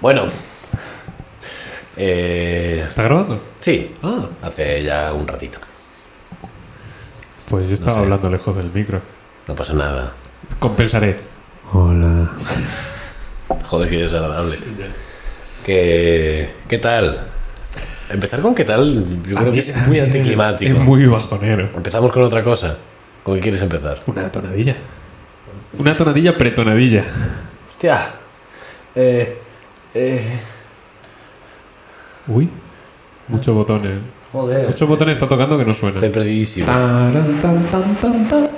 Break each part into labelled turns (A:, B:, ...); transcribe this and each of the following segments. A: Bueno. Eh,
B: ¿Está grabando?
A: sí,
B: Ah,
A: hace ya un ratito.
B: pues yo estaba
A: sé.
B: hablando lejos del micro.
A: No pasa nada.
B: Compensaré. Hola.
A: Joder, qué desagradable. ¿Qué, qué tal? Empezar con qué tal, yo creo que es muy anticlimático.
B: Ah, Es muy bajonero.
A: Empezamos con otra cosa. ¿Con qué quieres empezar?
B: Una tonadilla. Una tonadilla pretonadilla.
A: Hostia. Eh, eh,
B: Uy. Muchos botones.
A: joder.
B: Muchos botones está tocando que no
A: Estoy
B: suenan.
A: perdidísimo.
B: Taran, tan, tan, tan, tan.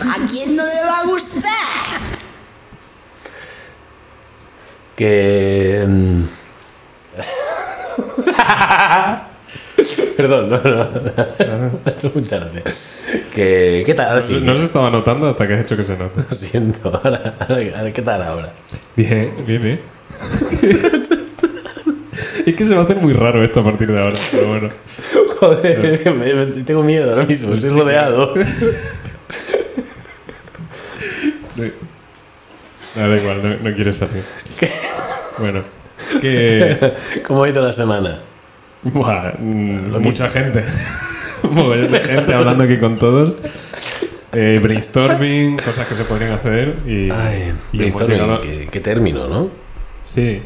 C: ¿A quién no le va a gustar?
A: Que. mm, Perdón, no, no. Esto es muy tarde. Que, ¿Qué tal? Sí,
B: No se estaba notando hasta que has hecho que se note.
A: Lo siento. Ahora, ahora- ¿Qué tal ahora?
B: Bien, bien, bien. es que se va a hacer muy raro esto a partir de ahora, pero bueno.
A: Joder, es que me- me- tengo miedo ahora mismo. Estoy rodeado.
B: Sí. No, da igual, no, no quieres salir. Bueno, que.
A: ¿Cómo ha ido la semana?
B: Buah, mm, mucha gente. Mogollón de gente hablando aquí con todos. Eh, brainstorming, cosas que se podrían hacer y.
A: Ay,
B: y hemos
A: brainstorming,
B: pues llegado-
A: qué, qué término, ¿no?
B: Sí,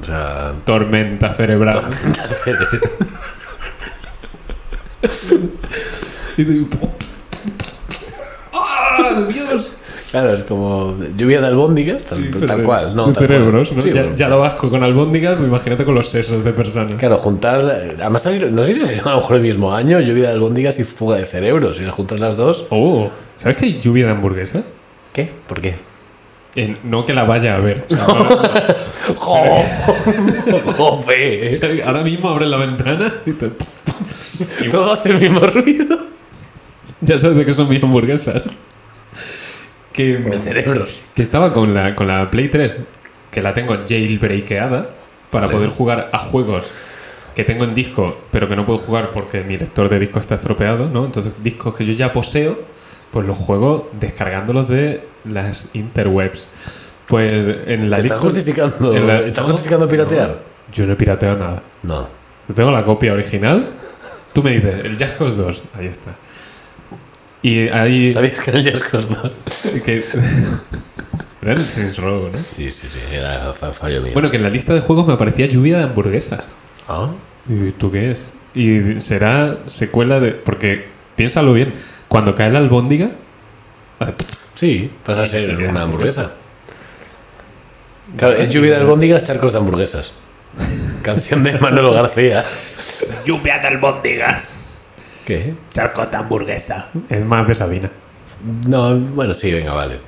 A: O sea,
B: tormenta cerebral. Y digo, ¡Ah, Dios!
A: claro, es como lluvia de albóndigas, tal,
B: Sí,
A: tal
B: pero de-
A: cual. No,
B: de
A: tal cual.
B: cerebros, ¿no?
A: Sí,
B: ya,
A: bueno.
B: ya lo vasco con albóndigas, pues imagínate con los sesos de personas.
A: Claro, juntar. Además, salieron- no sé si salieron a lo mejor el mismo año, lluvia de albóndigas y fuga de cerebros. Si las juntas las dos,
B: Oh, ¿sabes que hay lluvia de hamburguesas?
A: ¿qué? ¿Por qué?
B: Eh, no que la vaya a ver. O sea, no-
A: ¡Jo! ¡Jope!
B: ahora mismo abres la ventana y te-
A: Todo hace el mismo ruido.
B: ya sabes de qué son mis hamburguesas.
A: De
B: Que,
A: cerebros.
B: que estaba con la, con la Play 3, que la tengo jailbreakeada, para
A: Vale.
B: poder jugar a juegos que tengo en disco, pero que no puedo jugar porque mi lector de disco está estropeado, ¿no? Entonces, discos que yo ya poseo, pues los juego descargándolos de las interwebs. Pues en la
A: ¿Te estás
B: disco-
A: justificando,
B: en la-
A: ¿Estás
B: no,
A: justificando piratear?
B: Yo no he pirateado nada.
A: No.
B: Yo tengo la copia original. Tú me dices, el Just Cause 2. Ahí está. Y ahí...
A: ¿Sabías que el Just Cause 2?
B: Que... Era el Saints Row, ¿no?
A: Sí, sí, sí, era fa- fallo mío.
B: Bueno, que en la lista de juegos me aparecía lluvia de hamburguesas.
A: Ah,
B: ¿Y tú qué es? Y será secuela de... Porque, piénsalo bien, cuando cae la albóndiga...
A: Sí, pasa a ser
B: Sí, sí,
A: una
B: sí.
A: hamburguesa. Claro, es lluvia de albóndigas, charcos de hamburguesas. Canción de Manolo García.
B: Lluvia de albóndigas.
A: ¿Qué?
B: Charco de hamburguesa. Es más de Sabina.
A: No, bueno, sí, venga, vale.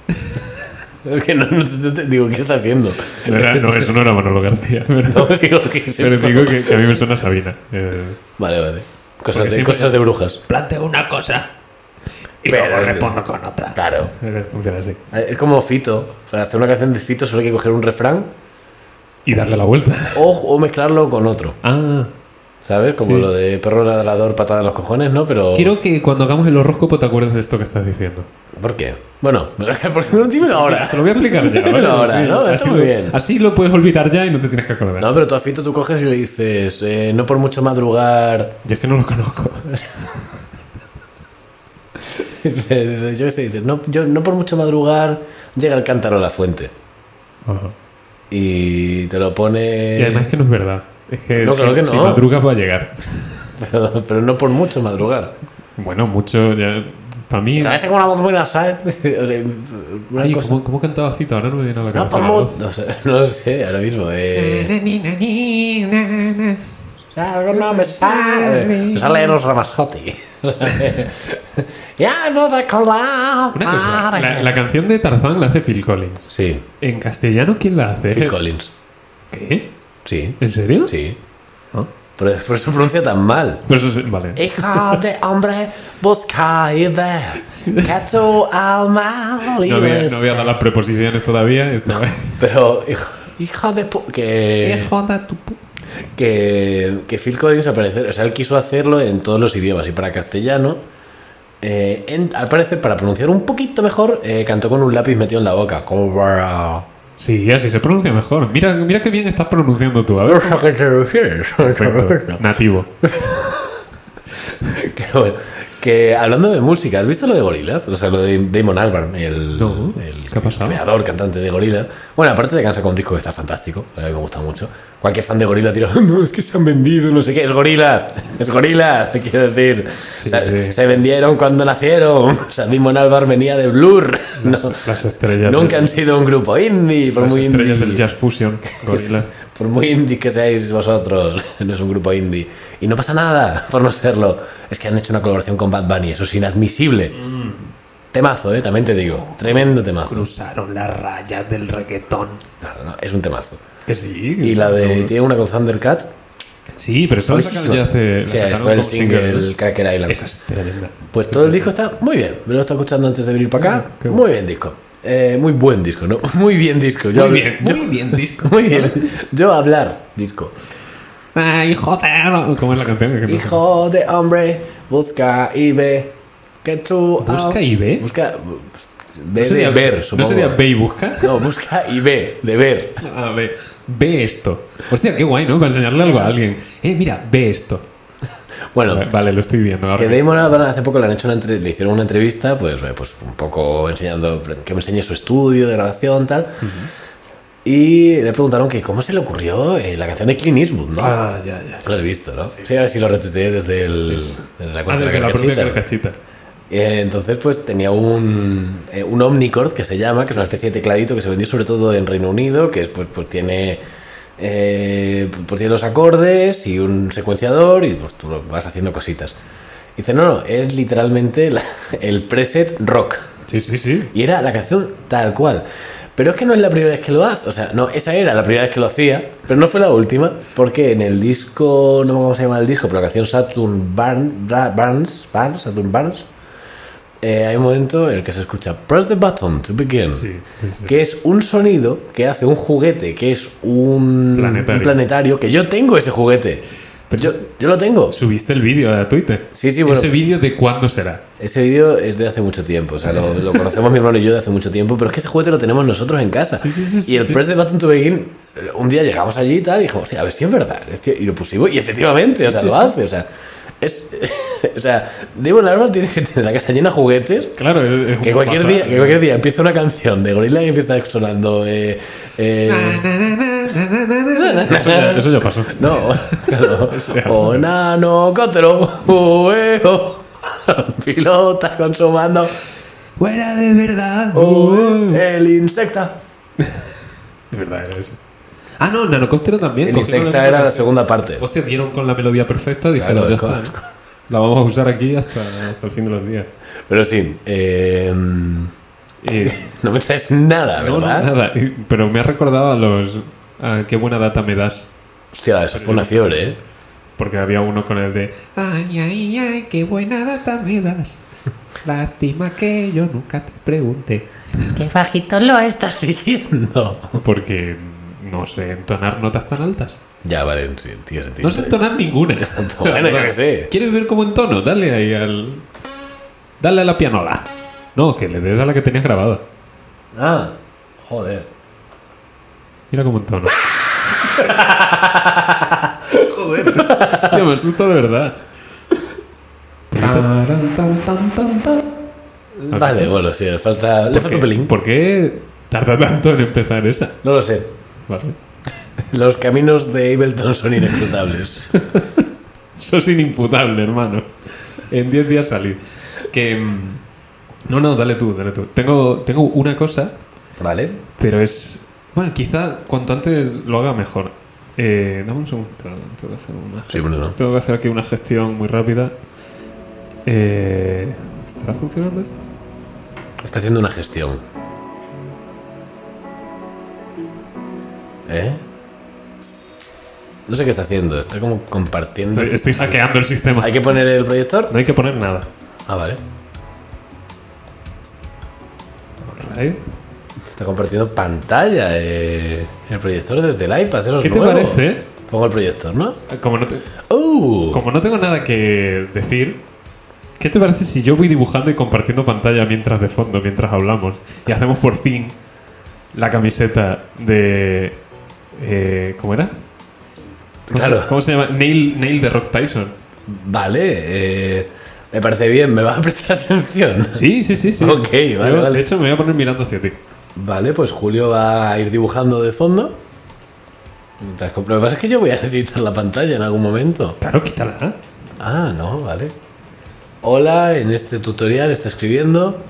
A: Es que no, no te- no te- digo, ¿qué está haciendo?
B: No, era- no, eso no era Manolo García. Pero,
A: No, digo que sí,
B: pero
A: no.
B: digo que, que a mí me suena Sabina. Eh,
A: Vale, vale. Cosas,
B: Porque
A: de,
B: siempre-
A: cosas de brujas.
B: planteo una cosa
A: y luego respondo
B: con otra.
A: Claro.
B: Funciona así.
A: Eh, Es como Fito. Para hacer una canción de Fito solo hay que coger un refrán
B: Y darle la vuelta.
A: o, o mezclarlo con otro.
B: Ah,
A: ¿Sabes? Como
B: Sí.
A: lo de perro ladrador, patada en los cojones, ¿no? Pero...
B: quiero que cuando hagamos el horóscopo te acuerdes de esto que estás diciendo.
A: ¿Por qué? Bueno, ¿por qué no dímelo ahora?
B: Te lo voy a explicar ya.
A: Dímelo ahora,
B: Así-
A: ¿no? Está
B: así,
A: muy
B: lo-
A: bien.
B: así lo puedes olvidar ya y no te tienes que acordar.
A: No, pero tú a Fito tú coges y le dices, eh, no por mucho madrugar.
B: Yo es que no lo conozco.
A: yo qué sé, dices, no, yo, no por mucho madrugar llega el cántaro a la fuente.
B: Ajá.
A: Y te lo pone.
B: Y además es que no es verdad. Es que,
A: No,
B: si,
A: claro que
B: si
A: no.
B: madrugas va a llegar.
A: pero, pero no por mucho madrugar.
B: Bueno, mucho. Para mí.
A: Te parece con una voz buena, ¿sabes? O sea, una
B: Ay,
A: cosa.
B: ¿cómo, ¿Cómo cantaba Cito? Ahora no me viene a la
A: No,
B: cabeza.
A: por
B: la
A: mu-
B: voz.
A: no, sé, no lo sé, ahora mismo. Eh... Algo no
B: eh,
A: me sale. eh, Me sale de los Ramazotti. ya no te colado.
B: Una cosa. La, la canción de Tarzán la hace Phil Collins.
A: Sí,
B: ¿En Eh. castellano quién la hace?
A: Phil Collins.
B: ¿Qué?
A: Sí,
B: ¿En serio?
A: sí.
B: Ah.
A: Pero después se pronuncia tan mal.
B: Pero eso es- vale.
A: Hijo de hombre, busca y ve que tu alma
B: No
A: libre
B: voy, a, no voy a dar las preposiciones todavía. Esta vez.
A: esté. Pero, hijo, hijo de pu- que, que, que Phil Collins, al parecer, o sea, él quiso hacerlo en todos los idiomas y para castellano, eh, en- al parecer, para pronunciar un poquito mejor, eh, cantó con un lápiz metido en la boca. Como para...
B: Sí, así se pronuncia mejor. Mira, mira qué bien estás pronunciando tú. A ver.
A: a qué te refieres.
B: Perfecto. Nativo.
A: Que, bueno, que hablando de música, ¿has visto lo de Gorillaz? O sea, lo de Damon Albarn, el,
B: No,
A: el
B: ¿qué ha pasado?
A: creador, cantante de Gorillaz. Bueno, aparte de que han sacado un disco que está fantástico, a mí me gusta mucho. Cualquier fan de Gorillaz dirá, no, es que se han vendido, no sé qué, es Gorillaz, es Gorillaz, te quiero decir.
B: Sí,
A: O sea,
B: sí.
A: Se vendieron cuando nacieron, o sea, Damon Albarn venía de Blur,
B: Las,
A: No,
B: las estrellas.
A: nunca han
B: del,
A: sido un grupo indie, por
B: las
A: muy indie.
B: estrellas del jazz fusion. Gorila.
A: Por muy indie que seáis vosotros, no es un grupo indie. Y no pasa nada por no serlo. Es que han hecho una colaboración con Bad Bunny, eso es inadmisible. Temazo, eh, también te digo. Tremendo temazo.
B: Cruzaron las rayas del reggaetón.
A: No, no, es un temazo.
B: Que sí.
A: Y la de. Tiene una con Thundercat.
B: Sí, pero eso lo sacaron ya hace. la
A: Sí,
B: sacaron
A: fue el
B: como
A: single,
B: single,
A: el Cracker
B: ¿no?
A: Island.
B: Esa es tremenda.
A: Pues todo el disco está muy bien. Me lo he estado escuchando antes de venir para acá.
B: Ah, qué bueno.
A: Muy bien disco. Eh, muy buen disco, ¿no? Muy bien disco. Yo
B: Muy
A: hablo-
B: bien, muy bien, disco.
A: Muy bien. Yo hablar disco.
B: Ah, hijo de... ¿Cómo es la canción? Que no sé.
A: Hijo de hombre, busca y ve que tú...
B: ¿Busca y ve?
A: Busca... Ve
B: No
A: de
B: sería-
A: ver, supongo.
B: ¿No sería ve y busca?
A: No, busca y ve, de ver.
B: A ver, ve esto. Hostia, qué guay, ¿no? Para enseñarle algo a alguien. Eh, mira, ve esto.
A: Bueno,
B: Vale, Vale, lo estoy viendo. ahora.
A: que Damon Albarn hace poco le, han hecho una entre- le hicieron una entrevista, pues, eh, pues un poco enseñando, que me enseñe su estudio de grabación, tal. Y le preguntaron que cómo se le ocurrió eh, la canción de Clint Eastwood, ¿no?
B: Ah, ya, ya.
A: Lo has visto, ¿no? Sí, a ver si lo retuiteé desde, el, desde la
B: Ah,
A: cuenta
B: de
A: de la
B: la propia
A: carcachita.
B: carcachita.
A: Eh, entonces, pues tenía un, eh, un Omnicord que se llama, que es una especie de tecladito que se vendió sobre todo en Reino Unido, que es, pues, pues tiene. eh, pues tiene los acordes y un secuenciador y pues tú lo vas haciendo cositas. Y dice, no, no, es literalmente la- el preset rock.
B: Sí, sí, sí.
A: Y era la canción tal cual. Pero es que no es la primera vez que lo hace. O sea, no, esa era la primera vez que lo hacía, pero no fue la última, porque en el disco, no me acuerdo cómo se llama el disco, pero la canción Saturn Burn- Bra- Burns, Burns, Saturn Burns, eh, hay un momento en el que se escucha Press the button to begin.
B: Sí, sí, sí.
A: Que es un sonido que hace un juguete, que es un
B: Planetario.
A: un planetario que yo tengo ese juguete.
B: Pero
A: yo, yo lo tengo.
B: Subiste el vídeo a Twitter.
A: Sí, sí, bueno.
B: ¿Ese vídeo de cuándo será?
A: Ese Este vídeo es de hace mucho tiempo, o sea, lo, lo conocemos mi hermano y yo de hace mucho tiempo, pero es que ese juguete lo tenemos nosotros en casa.
B: Sí, sí, sí, sí,
A: y el
B: sí.
A: Press the Button to Begin, eh, un día llegamos allí y tal, y dijimos, "Hostia, a ver si es verdad. Es que- Y lo pusimos, y efectivamente, o sea,
B: Sí, sí,
A: lo
B: sí.
A: hace, o sea. Es, o sea, Damon Albarn tiene que tener la casa llena de juguetes.
B: Claro, es, es
A: Que
B: una
A: cualquier,
B: pasada.
A: día, que cualquier día empieza una canción de Gorila y empieza sonando. eh, eh,
B: Eso ya, eso ya pasó.
A: no, claro.
B: sea,
A: O nano, cotero, huevo, pilota consumando.
B: Fuera de verdad.
A: Oh, el insecta.
B: Es verdad, era ese. Ah, no, Nanocóptero también.
A: El
B: Cogieron
A: insecta
B: misma
A: era la
B: canción.
A: segunda parte.
B: Hostia, dieron con la melodía perfecta, dijeron,
A: Claro,
B: ya
A: con-
B: está. ¿no? La vamos a usar aquí hasta, hasta el fin de los días.
A: Pero sí, eh, no
B: Y-
A: me traes nada,
B: no, no,
A: ¿verdad?
B: nada. Y- Pero me ha recordado a los... a qué buena data me das.
A: Hostia, eso fue una fiebre, ¿eh?
B: Porque había uno con el de... Ay, ay, ay, qué buena data me das. Lástima que yo nunca te pregunte.
C: Qué bajito lo estás.
A: Diciendo.
B: Porque no sé entonar notas tan altas.
A: Ya, vale, sí, tiene sentido.
B: No sé entonar ninguna.
A: Bueno, yo qué sé.
B: ¿Quieres ver cómo entono? Dale ahí al... Dale a la pianola. No, que le des a la que tenías grabada.
A: Ah, joder.
B: Mira cómo entono. Joder. Tío, me asusta de verdad. Taran, tan, tan, tan, tan.
A: Vale, bueno, sí, le falta, le
B: ¿Por
A: falta un
B: qué-
A: pelín.
B: ¿Por qué tarda tanto en empezar esa?
A: No lo sé.
B: Vale.
A: Los caminos de Ableton son inescrutables.
B: Eso es inimputable, hermano. En 10 días salir. Que. mm, No, no, dale tú, dale tú. Tengo, tengo una cosa,
A: ¿Vale?
B: pero es. Bueno, quizá cuanto antes lo haga mejor. Eh, dame un segundo. Tengo que hacer una.
A: Sí, bueno, no.
B: Tengo que hacer aquí una gestión muy rápida. Eh, ¿Estará funcionando esto?
A: Está haciendo una gestión. ¿Eh? No sé qué está haciendo, está como compartiendo.
B: Estoy, estoy hackeando el sistema.
A: Hay que poner el proyector.
B: No hay que poner nada.
A: Ah, vale.
B: Right.
A: Está compartiendo pantalla eh, el proyector desde el iPad. Eso es
B: ¿Qué te
A: nuevo.
B: parece?
A: Pongo el proyector, ¿no?
B: Como no, te-
A: ¡Oh!
B: como no tengo nada que decir, ¿qué te parece si yo voy dibujando y compartiendo pantalla mientras de fondo, mientras hablamos? Y hacemos por fin la camiseta de... eh, ¿Cómo era? ¿Cómo se-
A: Claro.
B: ¿Cómo se llama? Neil, Neil de Rock Tyson.
A: Vale, eh, me parece bien, me vas a prestar atención.
B: Sí, sí, sí. sí.
A: Ok, vale,
B: Yo,
A: vale.
B: De hecho, me voy a poner mirando hacia ti.
A: Vale, pues Julio va a ir dibujando de fondo. Mientras compro- Lo que pasa es que yo voy a necesitar la pantalla en algún momento.
B: Claro, quítala. ¿eh?
A: Ah, no, vale. Hola, en este tutorial está escribiendo.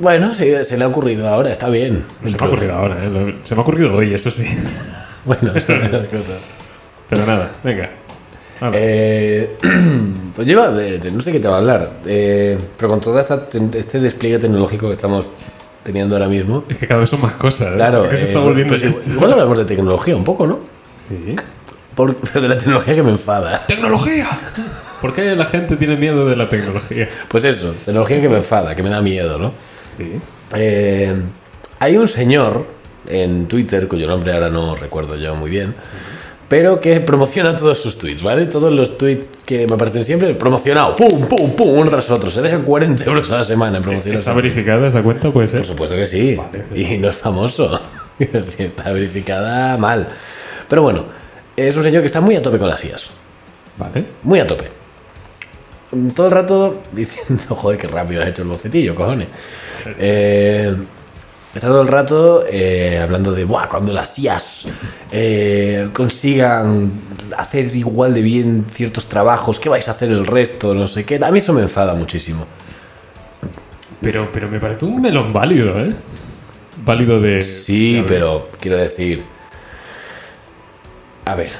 A: Bueno, se, se le ha ocurrido ahora, está bien.
B: No se me ha ocurrido ahora, ¿eh? Lo- Se me ha ocurrido hoy, eso sí.
A: Bueno, son esas cosas.
B: Pero nada, venga. Hala.
A: Eh, pues lleva, de- de- no sé qué te va a hablar, eh, pero con todo esta ten- este despliegue tecnológico que estamos teniendo ahora mismo,
B: Es que cada vez son más cosas. ¿eh?
A: claro,
B: Es que se
A: eh,
B: está volviendo
A: pues
B: esto.
A: igual hablamos de tecnología un poco, ¿no?
B: Sí.
A: Por, pero de la tecnología que me enfada.
B: ¡Tecnología! ¿Por qué la gente tiene miedo de la tecnología?
A: Pues eso, tecnología que me enfada, que me da miedo, ¿no?
B: Sí.
A: Eh, hay un señor en Twitter, cuyo nombre ahora no recuerdo yo muy bien, pero que promociona todos sus tweets, ¿vale? Todos los tweets que me aparecen siempre, promocionado, pum, pum, pum, uno tras otro. Se dejan 40 euros a la semana en promocionar.
B: ¿Está
A: esa-
B: verificada esa cuenta? Puede ser.
A: Por supuesto que sí. Y no es famoso. Quiero decir, está verificada mal. Pero bueno, es un señor que está muy a tope con las IAS.
B: Pues, Vale.
A: Muy a tope. Todo el rato diciendo, joder, qué rápido has hecho el bocetillo, cojones. Eh, está todo el rato eh, hablando de, Buah, cuando las IAS eh, consigan hacer igual de bien ciertos trabajos, ¿qué vais a hacer el resto? No sé qué. A mí eso me enfada muchísimo.
B: Pero, pero me parece un melón válido, ¿eh? Válido de.
A: Sí,
B: A ver.
A: pero quiero decir. A ver.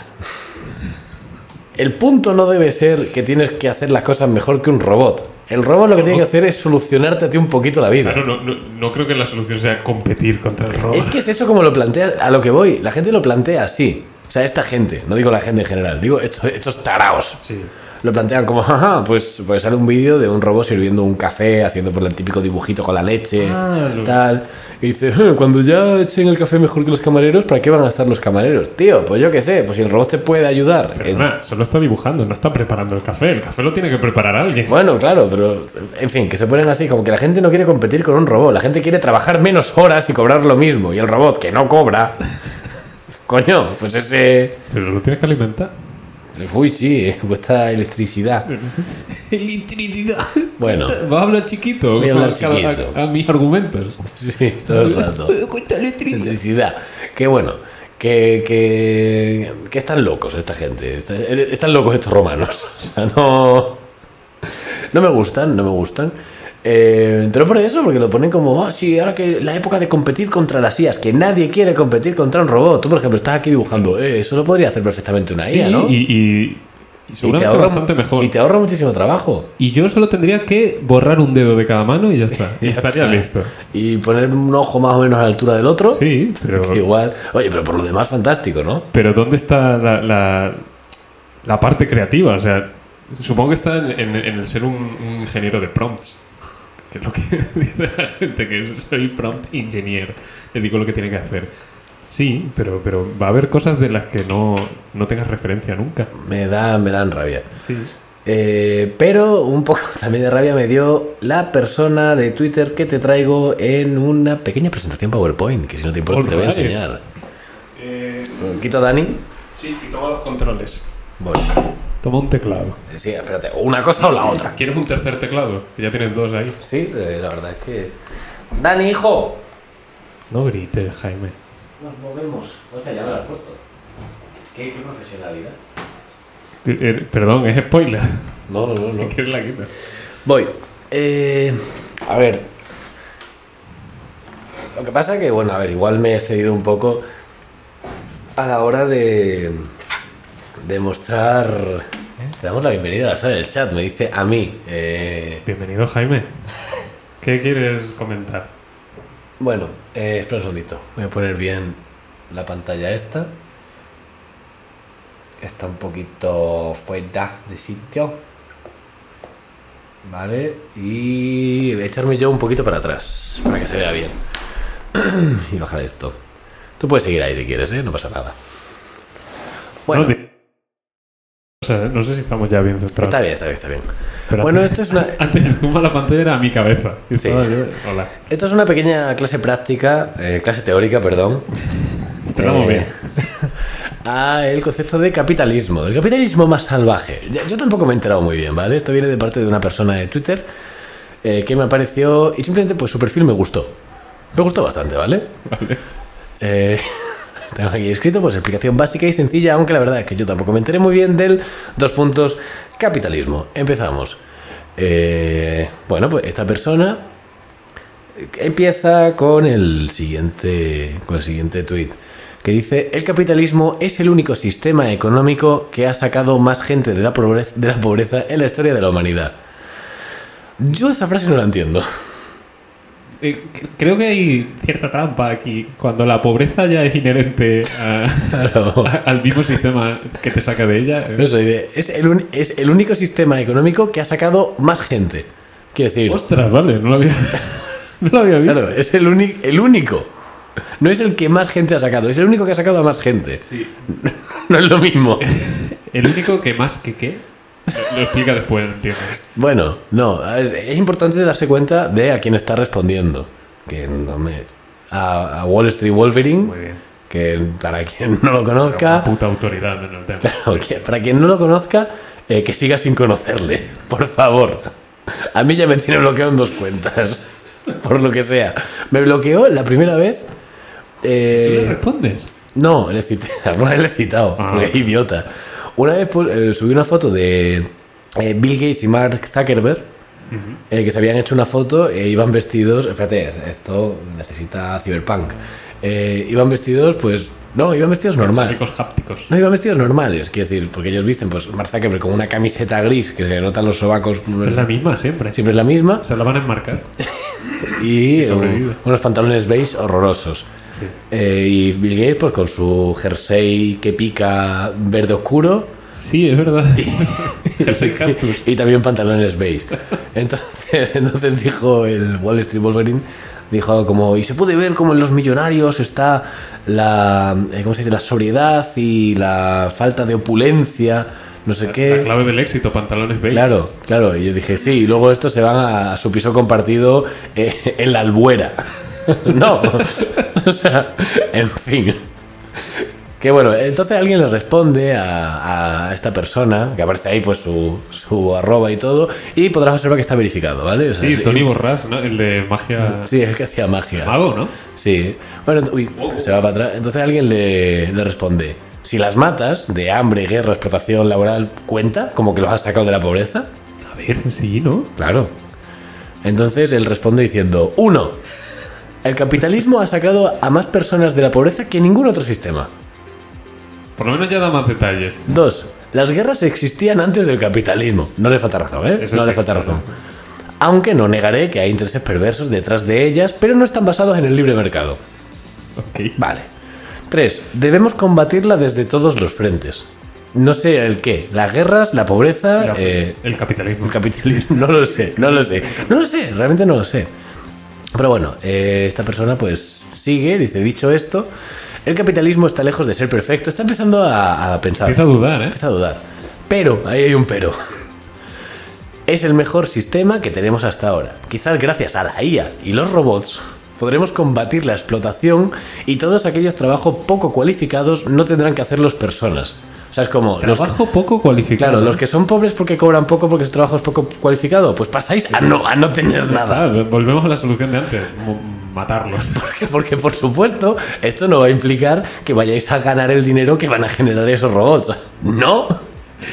A: El punto no debe ser que tienes que hacer las cosas mejor que un robot. El robot lo que tiene que hacer es solucionarte a ti un poquito la vida.
B: Claro, no, no, no creo que la solución sea competir contra el robot.
A: Es que es eso como lo plantea, a lo que voy. La gente lo plantea así. O sea, esta gente, no digo la gente en general, digo esto- estos taraos.
B: Sí.
A: Lo plantean como, jaja, pues, pues sale un vídeo de un robot sirviendo un café, haciendo por el típico dibujito con la leche,
B: Ah, lo-
A: tal. Y dice, "Eh, cuando ya echen el café mejor que los camareros, ¿para qué van a estar los camareros? Tío, pues yo qué sé, pues si el robot te puede ayudar. en-
B: Perdona, solo está dibujando, no está preparando el café. El café lo tiene que preparar alguien.
A: Bueno, claro, pero en fin, que se ponen así, como que la gente no quiere competir con un robot, la gente quiere trabajar menos horas y cobrar lo mismo, y el robot que no cobra, coño, pues ese...
B: Pero lo tienes que alimentar.
A: Uy, sí, eh, cuesta electricidad.
B: Electricidad.
A: Bueno,
B: Va a hablar chiquito.
A: Voy a hablar
B: cada- a-
A: chiquito.
B: A, mis argumentos.
A: sí, todo el rato. Electricidad. Que bueno, que, que, que están locos esta gente. Está- Están locos estos romanos. O sea, no. No me gustan, no me gustan. Eh, pero por eso, porque lo ponen como, ah, sí, ahora que la época de competir contra las IAs, que nadie quiere competir contra un robot. Tú, por ejemplo, estás aquí dibujando, "Eh, eso lo podría hacer perfectamente una IA, ¿no?
B: y, y, y
A: Y
B: seguramente bastante mejor.
A: Y
B: Y,
A: te ahorra muchísimo trabajo.
B: yo solo tendría que borrar un dedo de cada mano y ya está. Y estaría listo.
A: Y poner un ojo más o menos a la altura del otro.
B: Sí,
A: que
B: pero.
A: Igual. Oye, pero por lo demás, fantástico, ¿no?
B: Pero ¿dónde está la, la, la parte creativa? O sea, supongo que está en, en- en el ser un, un ingeniero de prompts. Que es lo que dice la gente, que soy prompt engineer. Le digo lo que tiene que hacer. Sí, pero, pero va a haber cosas de las que no, no tengas referencia nunca.
A: Me, da, me dan rabia.
B: Sí.
A: Eh, pero un poco también de rabia me dio la persona de Twitter que te traigo en una pequeña presentación PowerPoint, que si no te importa te voy a
B: Alright.
A: enseñar.
B: Eh,
A: Quito a Dani.
B: sí, y toma los controles.
A: Voy.
B: Toma un teclado.
A: eh, Sí, espérate, o una cosa o la otra.
B: ¿Quieres un tercer teclado? Que ya tienes dos ahí.
A: Sí, eh, la verdad es que... Dani, hijo.
B: No grites, Jaime.
A: Nos movemos. O sea, ya me lo has puesto. ¿Qué, qué profesionalidad.
B: Eh, perdón, es spoiler.
A: No, no, no, no.
B: ¿Quieres la quita?
A: Voy. Eh, a ver. Lo que pasa que, bueno, a ver, igual me he excedido un poco a la hora de, de mostrar... ¿eh? Te damos la bienvenida a la sala del chat, me dice a mí. eh,
B: Bienvenido, Jaime. ¿Qué quieres comentar?
A: bueno, eh, espera un segundito. Voy a poner bien la pantalla esta. está un poquito fuera de sitio. Vale, y voy a echarme yo un poquito para atrás, para que se vea bien. y bajar esto. Tú puedes seguir ahí si quieres, ¿eh? No pasa nada. Bueno,
B: No, di- O sea, no sé si estamos ya bien centrados.
A: está bien, está bien, está bien.
B: Pero
A: bueno,
B: antes-
A: esto es una,
B: Antes de zumba la pantalla era a mi cabeza. Y
A: Sí.
B: estaba yo- Hola.
A: esto es una pequeña clase práctica, eh, clase teórica, perdón,
B: Te damos
A: Eh,
B: bien.
A: Ah, el concepto de capitalismo, del capitalismo más salvaje. Ya- Yo tampoco me he enterado muy bien, ¿vale? Esto viene de parte de una persona de Twitter eh, que me apareció y simplemente pues su perfil me gustó. Me gustó bastante, ¿vale?
B: Vale.
A: Eh, tengo aquí escrito pues explicación básica y sencilla, aunque la verdad es que yo tampoco me enteré muy bien del dos puntos capitalismo. Empezamos. Eh, bueno, pues esta persona empieza con el siguiente con el siguiente tuit que dice el capitalismo es el único sistema económico que ha sacado más gente de la pobreza, de la pobreza en la historia de la humanidad. Yo esa frase no la entiendo.
B: Eh, cre- creo que hay cierta trampa aquí. Cuando la pobreza ya es inherente a-
A: Claro.
B: a- al mismo sistema que te saca de ella. eh.
A: No soy de- es, el un- es el único sistema económico que ha sacado más gente. Quiero decir,
B: Ostras, vale, no lo había, no lo había visto.
A: claro, es el, uni- el único. No es el que más gente ha sacado, es el único que ha sacado a más gente.
B: Sí.
A: No es lo mismo.
B: El único que más que qué. Lo explica después, entiendo.
A: Bueno, no, a ver, es importante darse cuenta de a quién está respondiendo. Que no me- a, a Wall Street
B: Muy
A: Wolverine,
B: bien.
A: que para quien no lo
B: Pero una
A: conozca,
B: puta autoridad en el tema.
A: Claro, que- para quien no lo conozca, eh, que siga sin conocerle, por favor. A mí ya me tiene bloqueado en dos cuentas, por lo que sea. Me bloqueó la primera vez.
B: ¿Tú
A: eh,
B: le respondes?
A: no, le he citado, alguna vez le he citado,
B: Ah.
A: porque es idiota. Una vez pues, eh, subí una foto de eh, Bill Gates y Mark Zuckerberg, eh, que se habían hecho una foto e iban vestidos. Espérate, esto necesita Cyberpunk. Eh, iban vestidos, pues. No, iban vestidos normal.
B: Ricos hápticos.
A: No iban vestidos normales, quiero decir, porque ellos visten, pues, Mark Zuckerberg con una camiseta gris que se le notan los sobacos, pues,
B: Es la misma siempre.
A: siempre es la misma,
B: Se la van a enmarcar.
A: y
B: Sí, sobrevive.
A: un- unos pantalones beige horrorosos.
B: Sí.
A: Eh, y Bill Gates, pues, con su jersey que pica verde oscuro
B: Sí, es verdad. Jersey Cactus.
A: y también pantalones beige. Entonces, entonces dijo el Wall Street Wolverine, dijo como, y se puede ver como en los millonarios está la, eh, ¿cómo se dice? La sobriedad y la falta de opulencia, no sé qué.
B: La clave del éxito, pantalones beige.
A: Eh, Claro, claro. Y yo dije, sí, y luego estos se van a, a su piso compartido eh, en la albuera. no. o sea, en fin. Que bueno, entonces alguien le responde a, a esta persona, que aparece ahí pues su, su arroba y todo, y podrás observar que está verificado, ¿vale? O sea,
B: Sí, Tony Ah. Borras, ¿no? El de magia.
A: Sí, es que hacía magia.
B: Mago, ¿no?
A: Sí. Bueno, ent- uy,
B: Oh.
A: se va para atrás. Entonces alguien le, le responde. Si las matas de hambre, guerra, explotación laboral, ¿cuenta? Como que los has sacado de la pobreza.
B: A ver, sí, ¿no?
A: Claro. Entonces él responde diciendo, uno, el capitalismo ha sacado a más personas de la pobreza que ningún otro sistema.
B: Por lo menos ya da más detalles.
A: Dos, las guerras existían antes del capitalismo. No le falta razón, ¿eh?
B: Eso
A: no
B: sí.
A: le falta razón. Aunque no negaré que hay intereses perversos detrás de ellas, pero no están basados en el libre mercado.
B: Ok.
A: Vale. 3. Debemos combatirla desde todos los frentes. No sé el qué. Las guerras, la pobreza, eh,
B: pues, el capitalismo.
A: el capitalismo. No lo sé, no lo sé. No lo sé, realmente no lo sé. Pero bueno, eh, esta persona pues sigue, dice, dicho esto, el capitalismo está lejos de ser perfecto. Está empezando a, a pensar.
B: Empieza a dudar, ¿eh?
A: Empieza a dudar. Pero, ahí hay un pero. Es el mejor sistema que tenemos hasta ahora. Quizás gracias a la IA y los robots podremos combatir la explotación y todos aquellos trabajos poco cualificados no tendrán que hacerlos personas. O sea, es como... los-
B: Trabajo poco cualificado.
A: claro, los que son pobres porque cobran poco porque su trabajo es poco cualificado, pues pasáis a no, a no tener nada.
B: Ah, volvemos a la solución de antes. mo- Matarlos.
A: Porque, por supuesto, esto no va a implicar que vayáis a ganar el dinero que van a generar esos robots. No,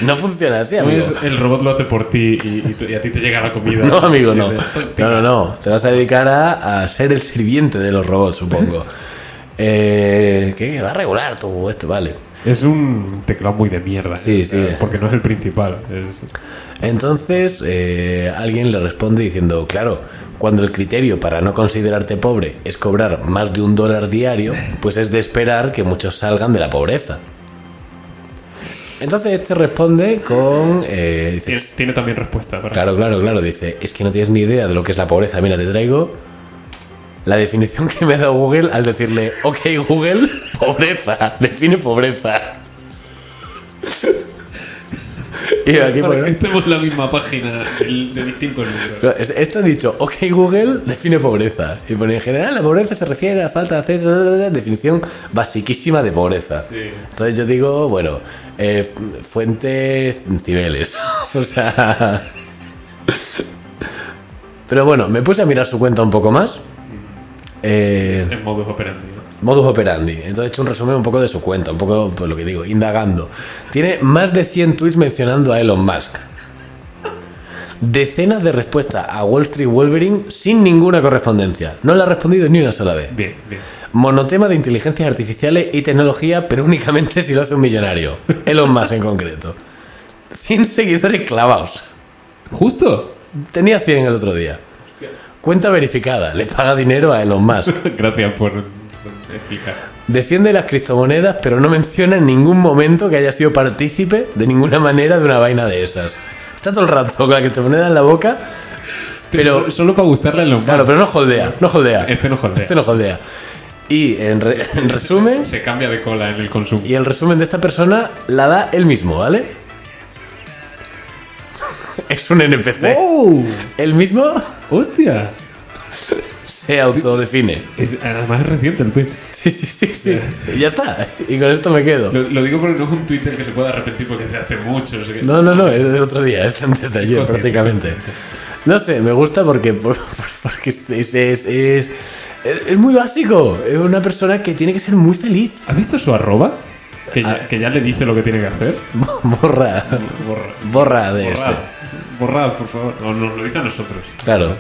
A: no funciona así,
B: No
A: amigo.
B: es el robot lo hace por ti y, y tú- y a ti te llega la comida.
A: No, amigo, no.
B: Y
A: No,
B: dices, "Tenga".
A: no, no. Te vas a dedicar a, a ser el sirviente de los robots, supongo. Eh, que va a regular tú esto, vale.
B: Es un teclado muy de mierda.
A: Sí,
B: eh,
A: sí.
B: Porque no es el principal. Es...
A: Entonces, eh, alguien le responde diciendo, claro, cuando el criterio para no considerarte pobre es cobrar más de un dólar diario, pues es de esperar que muchos salgan de la pobreza. Entonces este responde con... eh, dice,
B: Tiene, tiene también respuesta, ¿verdad?
A: claro, claro, claro. Dice, es que no tienes ni idea de lo que es la pobreza. Mira, te traigo la definición que me ha dado Google al decirle, ok Google, pobreza. Define pobreza. Y yo aquí,
B: Para
A: bueno,
B: que estemos en la misma página el- de distintos libros.
A: No, es- Esto han dicho, ok Google define pobreza. Y pone, en general la pobreza se refiere a falta de acceso, bla, bla, bla, definición basiquísima de pobreza.
B: Sí.
A: Entonces yo digo, bueno, eh, fuente Cibeles. O sea... Pero bueno, me puse a mirar su cuenta un poco más. Eh,
B: En modus operandi, ¿no?
A: Modus operandi. Entonces he hecho un resumen un poco de su cuenta, un poco pues, lo que digo, indagando. Tiene más de 100 tweets mencionando a Elon Musk. Decenas de respuestas a Wall Street Wolverine sin ninguna correspondencia. No le ha respondido ni una sola vez.
B: Bien, bien.
A: Monotema de inteligencias artificiales y tecnología, pero únicamente si lo hace un millonario. Elon Musk en concreto. 100 seguidores clavados.
B: ¿Justo?
A: Tenía 100 el otro día. Cuenta verificada. Le paga dinero a Elon Musk.
B: Gracias por explicar.
A: Defiende las criptomonedas, pero no menciona en ningún momento que haya sido partícipe de ninguna manera de una vaina de esas. Está todo el rato con la criptomoneda en la boca, pero.
B: so- solo para gustarle a los
A: Claro, pero no holdea, no holdea.
B: Este no holdea.
A: Este no holdea. Y en, re- en resumen,
B: Se cambia de cola en el consumo.
A: y el resumen de esta persona la da él mismo, ¿vale? Es un NPC.
B: ¡Wow!
A: Él mismo
B: ¡Oh! ¡Hostia!
A: se autodefine.
B: Es- además es reciente el tweet.
A: Sí, sí, sí, sí. Y ya está. Y con esto me quedo.
B: Lo, lo digo porque no es un Twitter que se pueda arrepentir porque es de hace mucho. no sé qué.
A: No, no, no, es del otro día, es antes de ayer
B: Consciente,
A: prácticamente. No sé, me gusta porque, por- porque es, es, es, es- es muy básico. Es una persona que tiene que ser muy feliz.
B: ¿Has visto su arroba? Que
A: Ah.
B: ya, que ya le dice lo que tiene que hacer.
A: Borra,
B: Borra.
A: borra de eso.
B: Borrad, borrad, por favor. No, nos lo dice a nosotros.
A: Claro.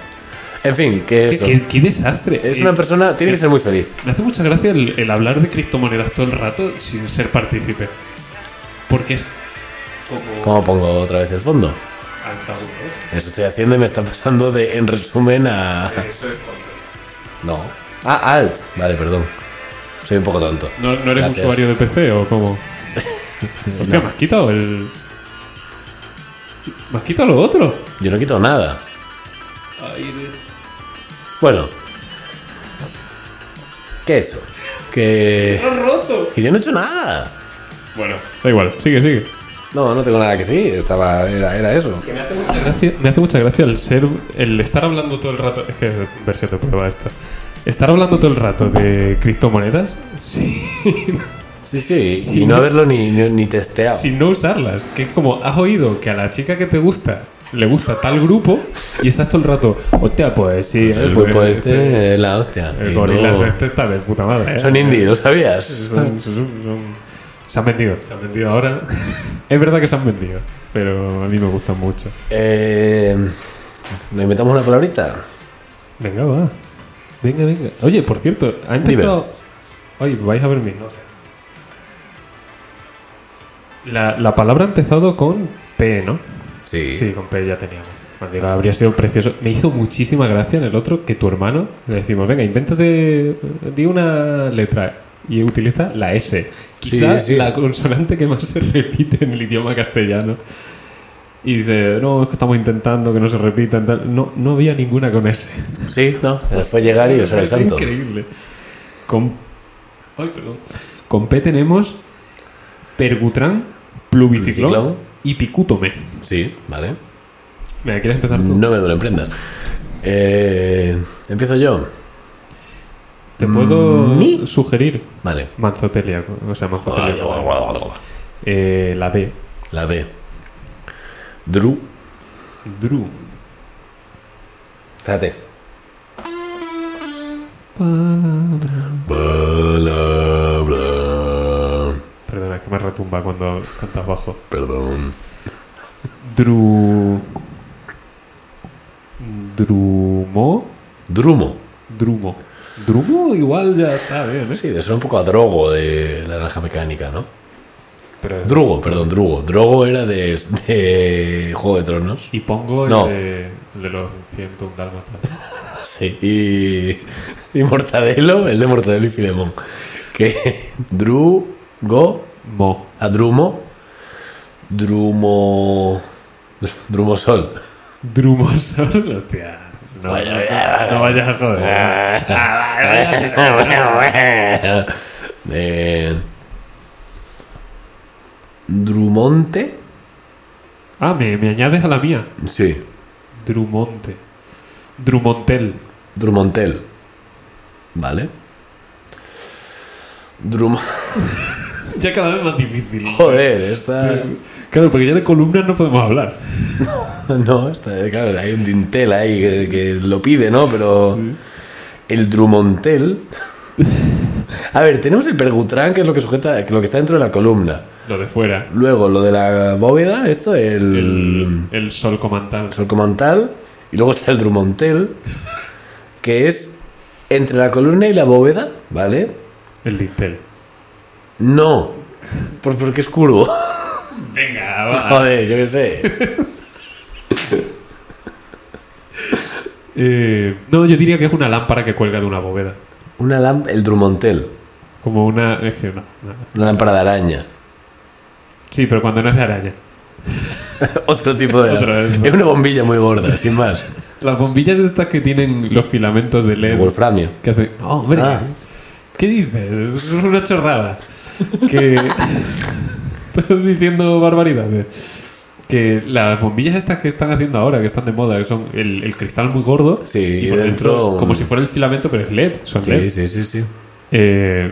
A: En fin, que
B: ¿Qué,
A: eso.
B: qué- qué desastre?
A: Es
B: Eh,
A: una persona, tiene que ser muy feliz.
B: Me hace mucha gracia el, el hablar de criptomonedas todo el rato sin ser partícipe. Porque es como...
A: ¿Cómo pongo otra vez el fondo?
B: Antagonista.
A: Eso estoy haciendo y me está pasando de, en resumen, a...
B: Eso es fondo.
A: No. Ah, alt. Vale, perdón. Soy un poco tonto.
B: ¿No, no eres
A: Gracias.
B: usuario de PC o cómo? Hostia, me has quitado el. Me has quitado lo otro.
A: Yo no quito nada. Bueno. ¿Qué es eso? Que...
B: roto!
A: que yo no he hecho nada.
B: Bueno, da igual, sigue, sigue.
A: No, no tengo nada que seguir. Estaba, era, era eso.
B: me hace mucha gracia, el ser. el estar hablando todo el rato. Es que es versión de prueba esta. Estar hablando todo el rato de criptomonedas sí,
A: Sí, sí.
B: Sí.
A: Y no haberlo ni, ni, ni testeado.
B: sin no usarlas. Que es como, has oído que a la chica que te gusta le gusta tal grupo y estás todo el rato, hostia, pues sí,
A: El cuerpo este es la hostia.
B: El
A: Y
B: gorila
A: no-
B: de este está de puta madre. ¿eh?
A: Son indie, ¿lo sabías?
B: Son- son- son- Se han vendido, se han vendido ahora. es verdad que se han vendido, pero a mí me gustan mucho.
A: Eh, ¿Nos inventamos una palabrita?
B: Venga, va. Venga, venga. Oye, por cierto, ha empezado. Oye, vais a ver mis notas. La, la palabra ha empezado con P, ¿no?
A: Sí.
B: Sí, con P ya teníamos. Bueno, digo, habría sido precioso. Me hizo muchísima gracia en el otro que tu hermano le decimos, venga, invéntate, eh, di una letra y utiliza la S. Quizás
A: Sí, sí.
B: la consonante que más se repite en el idioma castellano. Y dice, no, es que estamos intentando que no se repitan. Tal. No, no había ninguna con S.
A: Sí, no. Eh, Fue llegar y usar el
B: Es
A: santo.
B: increíble. Con, Ay, perdón. con P tenemos Pergutran, Plubiciclón
A: Plubiciclón.
B: y Picútome.
A: Sí, vale.
B: Mira, ¿quieres empezar tú?
A: No me duelen prendas. Eh, Empiezo yo.
B: Te puedo
A: ¿Mi?
B: sugerir
A: Vale.
B: Manzotelia, o sea, Manzotelia. Eh, la D.
A: La D. Drew.
B: Drew.
A: Espérate. Palabra.
B: Perdona, es que me retumba cuando cantas bajo.
A: Perdón.
B: Dru. Drumo.
A: Drumo.
B: Drumo. Drumo igual ya está bien, ¿eh?
A: Sí, suena un poco a drogo de la naranja mecánica, ¿no?
B: Pero-
A: Drugo, perdón, Drugo. Drogo era de, de Juego de Tronos.
B: Y pongo el,
A: No.
B: de, el de los 101 dálmatas.
A: Ah, Sí. Y, y Mortadelo, el de Mortadelo y Filemón. Que Drugo
B: Mo.
A: a Drumo Drumo. Drumosol.
B: Drumosol, hostia. No, no vayas a joder.
A: Eh, Drumonte.
B: Ah, me, me añades a la mía.
A: Sí.
B: Drumonte. Drumontel.
A: Drumontel. Vale. Drum...
B: Ya cada vez más difícil.
A: Joder, esta.
B: Claro, porque ya de columnas no podemos hablar.
A: No, esta. Claro, hay un dintel ahí que, que lo pide, ¿no? Pero.
B: Sí.
A: El Drumontel. A ver, tenemos el Pergutrán, que es lo que sujeta, que lo que está dentro de la columna.
B: Lo de fuera.
A: Luego lo de la bóveda, esto, el,
B: El, el sol comantal.
A: Solcomantal. Y luego está el Drumontel, que es entre la columna y la bóveda, ¿vale?
B: El dintel.
A: No, por- porque es curvo.
B: Venga, va.
A: Joder, yo qué sé.
B: Eh, no, yo diría que es una lámpara que cuelga de una bóveda.
A: Una lamp- el Drumontel,
B: Como una. Es que no, no.
A: una lámpara de araña.
B: Sí, pero cuando no es de araña.
A: Otro tipo de.
B: Otra vez, ¿no?
A: es una bombilla muy gorda, sin más.
B: Las bombillas estas que tienen los filamentos de
A: De
B: LED.
A: Wolframio.
B: Que hacen. ¡Oh, hombre!
A: Ah.
B: ¿Qué dices? Es una chorrada. Que. Estás diciendo barbaridades. Que las bombillas estas que están haciendo ahora, que están de moda, que son el, el cristal muy gordo.
A: Sí,
B: y
A: y
B: por dentro,
A: dentro un-
B: como si fuera el filamento, pero es LED. Son LED.
A: Sí, sí, sí, sí.
B: Eh,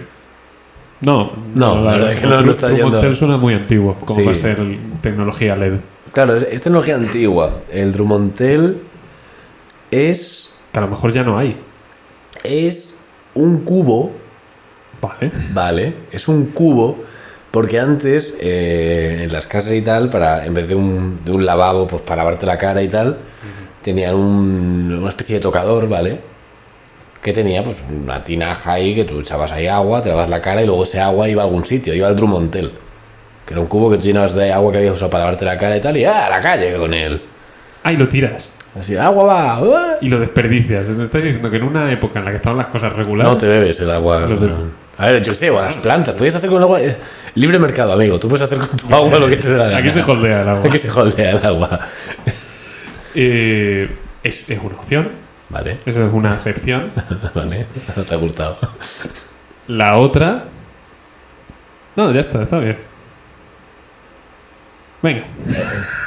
B: no,
A: No, la verdad es que no lo
B: Tru-
A: está
B: Trumontel
A: yendo.
B: suena muy antiguo, como
A: Sí.
B: va a ser tecnología LED.
A: Claro, es, es tecnología antigua. El Drumontel es.
B: Que a lo mejor ya no hay.
A: Es un cubo
B: Vale.
A: Vale, es un cubo porque antes eh, en las casas y tal, para en vez de un, de un lavabo pues para lavarte la cara y tal, tenían un- una especie de tocador, ¿vale? Que tenía pues una tinaja ahí que tú echabas ahí agua, te lavas la cara y luego ese agua iba a algún sitio, iba al Drumontel. Que era un cubo que tú llenabas de agua que habías usado para lavarte la cara y tal, y ¡ah, a la calle con él!
B: Ah, y lo tiras.
A: Así, agua va, ¡ah!
B: Y lo desperdicias. Te estás diciendo que en una época en la que estaban las cosas regulares.
A: No te bebes el agua.
B: Lo sé.
A: A ver, yo qué sé, o a las plantas. Puedes hacer con el agua. eh, Libre mercado, amigo. Tú puedes hacer con tu agua lo que te dé la gana.
B: Aquí se holdea el agua.
A: Aquí se jodea el agua.
B: Eh, es, es una opción.
A: Vale,
B: Eso es una acepción.
A: vale. No te ha gustado.
B: La otra. No, ya está, está bien. Venga.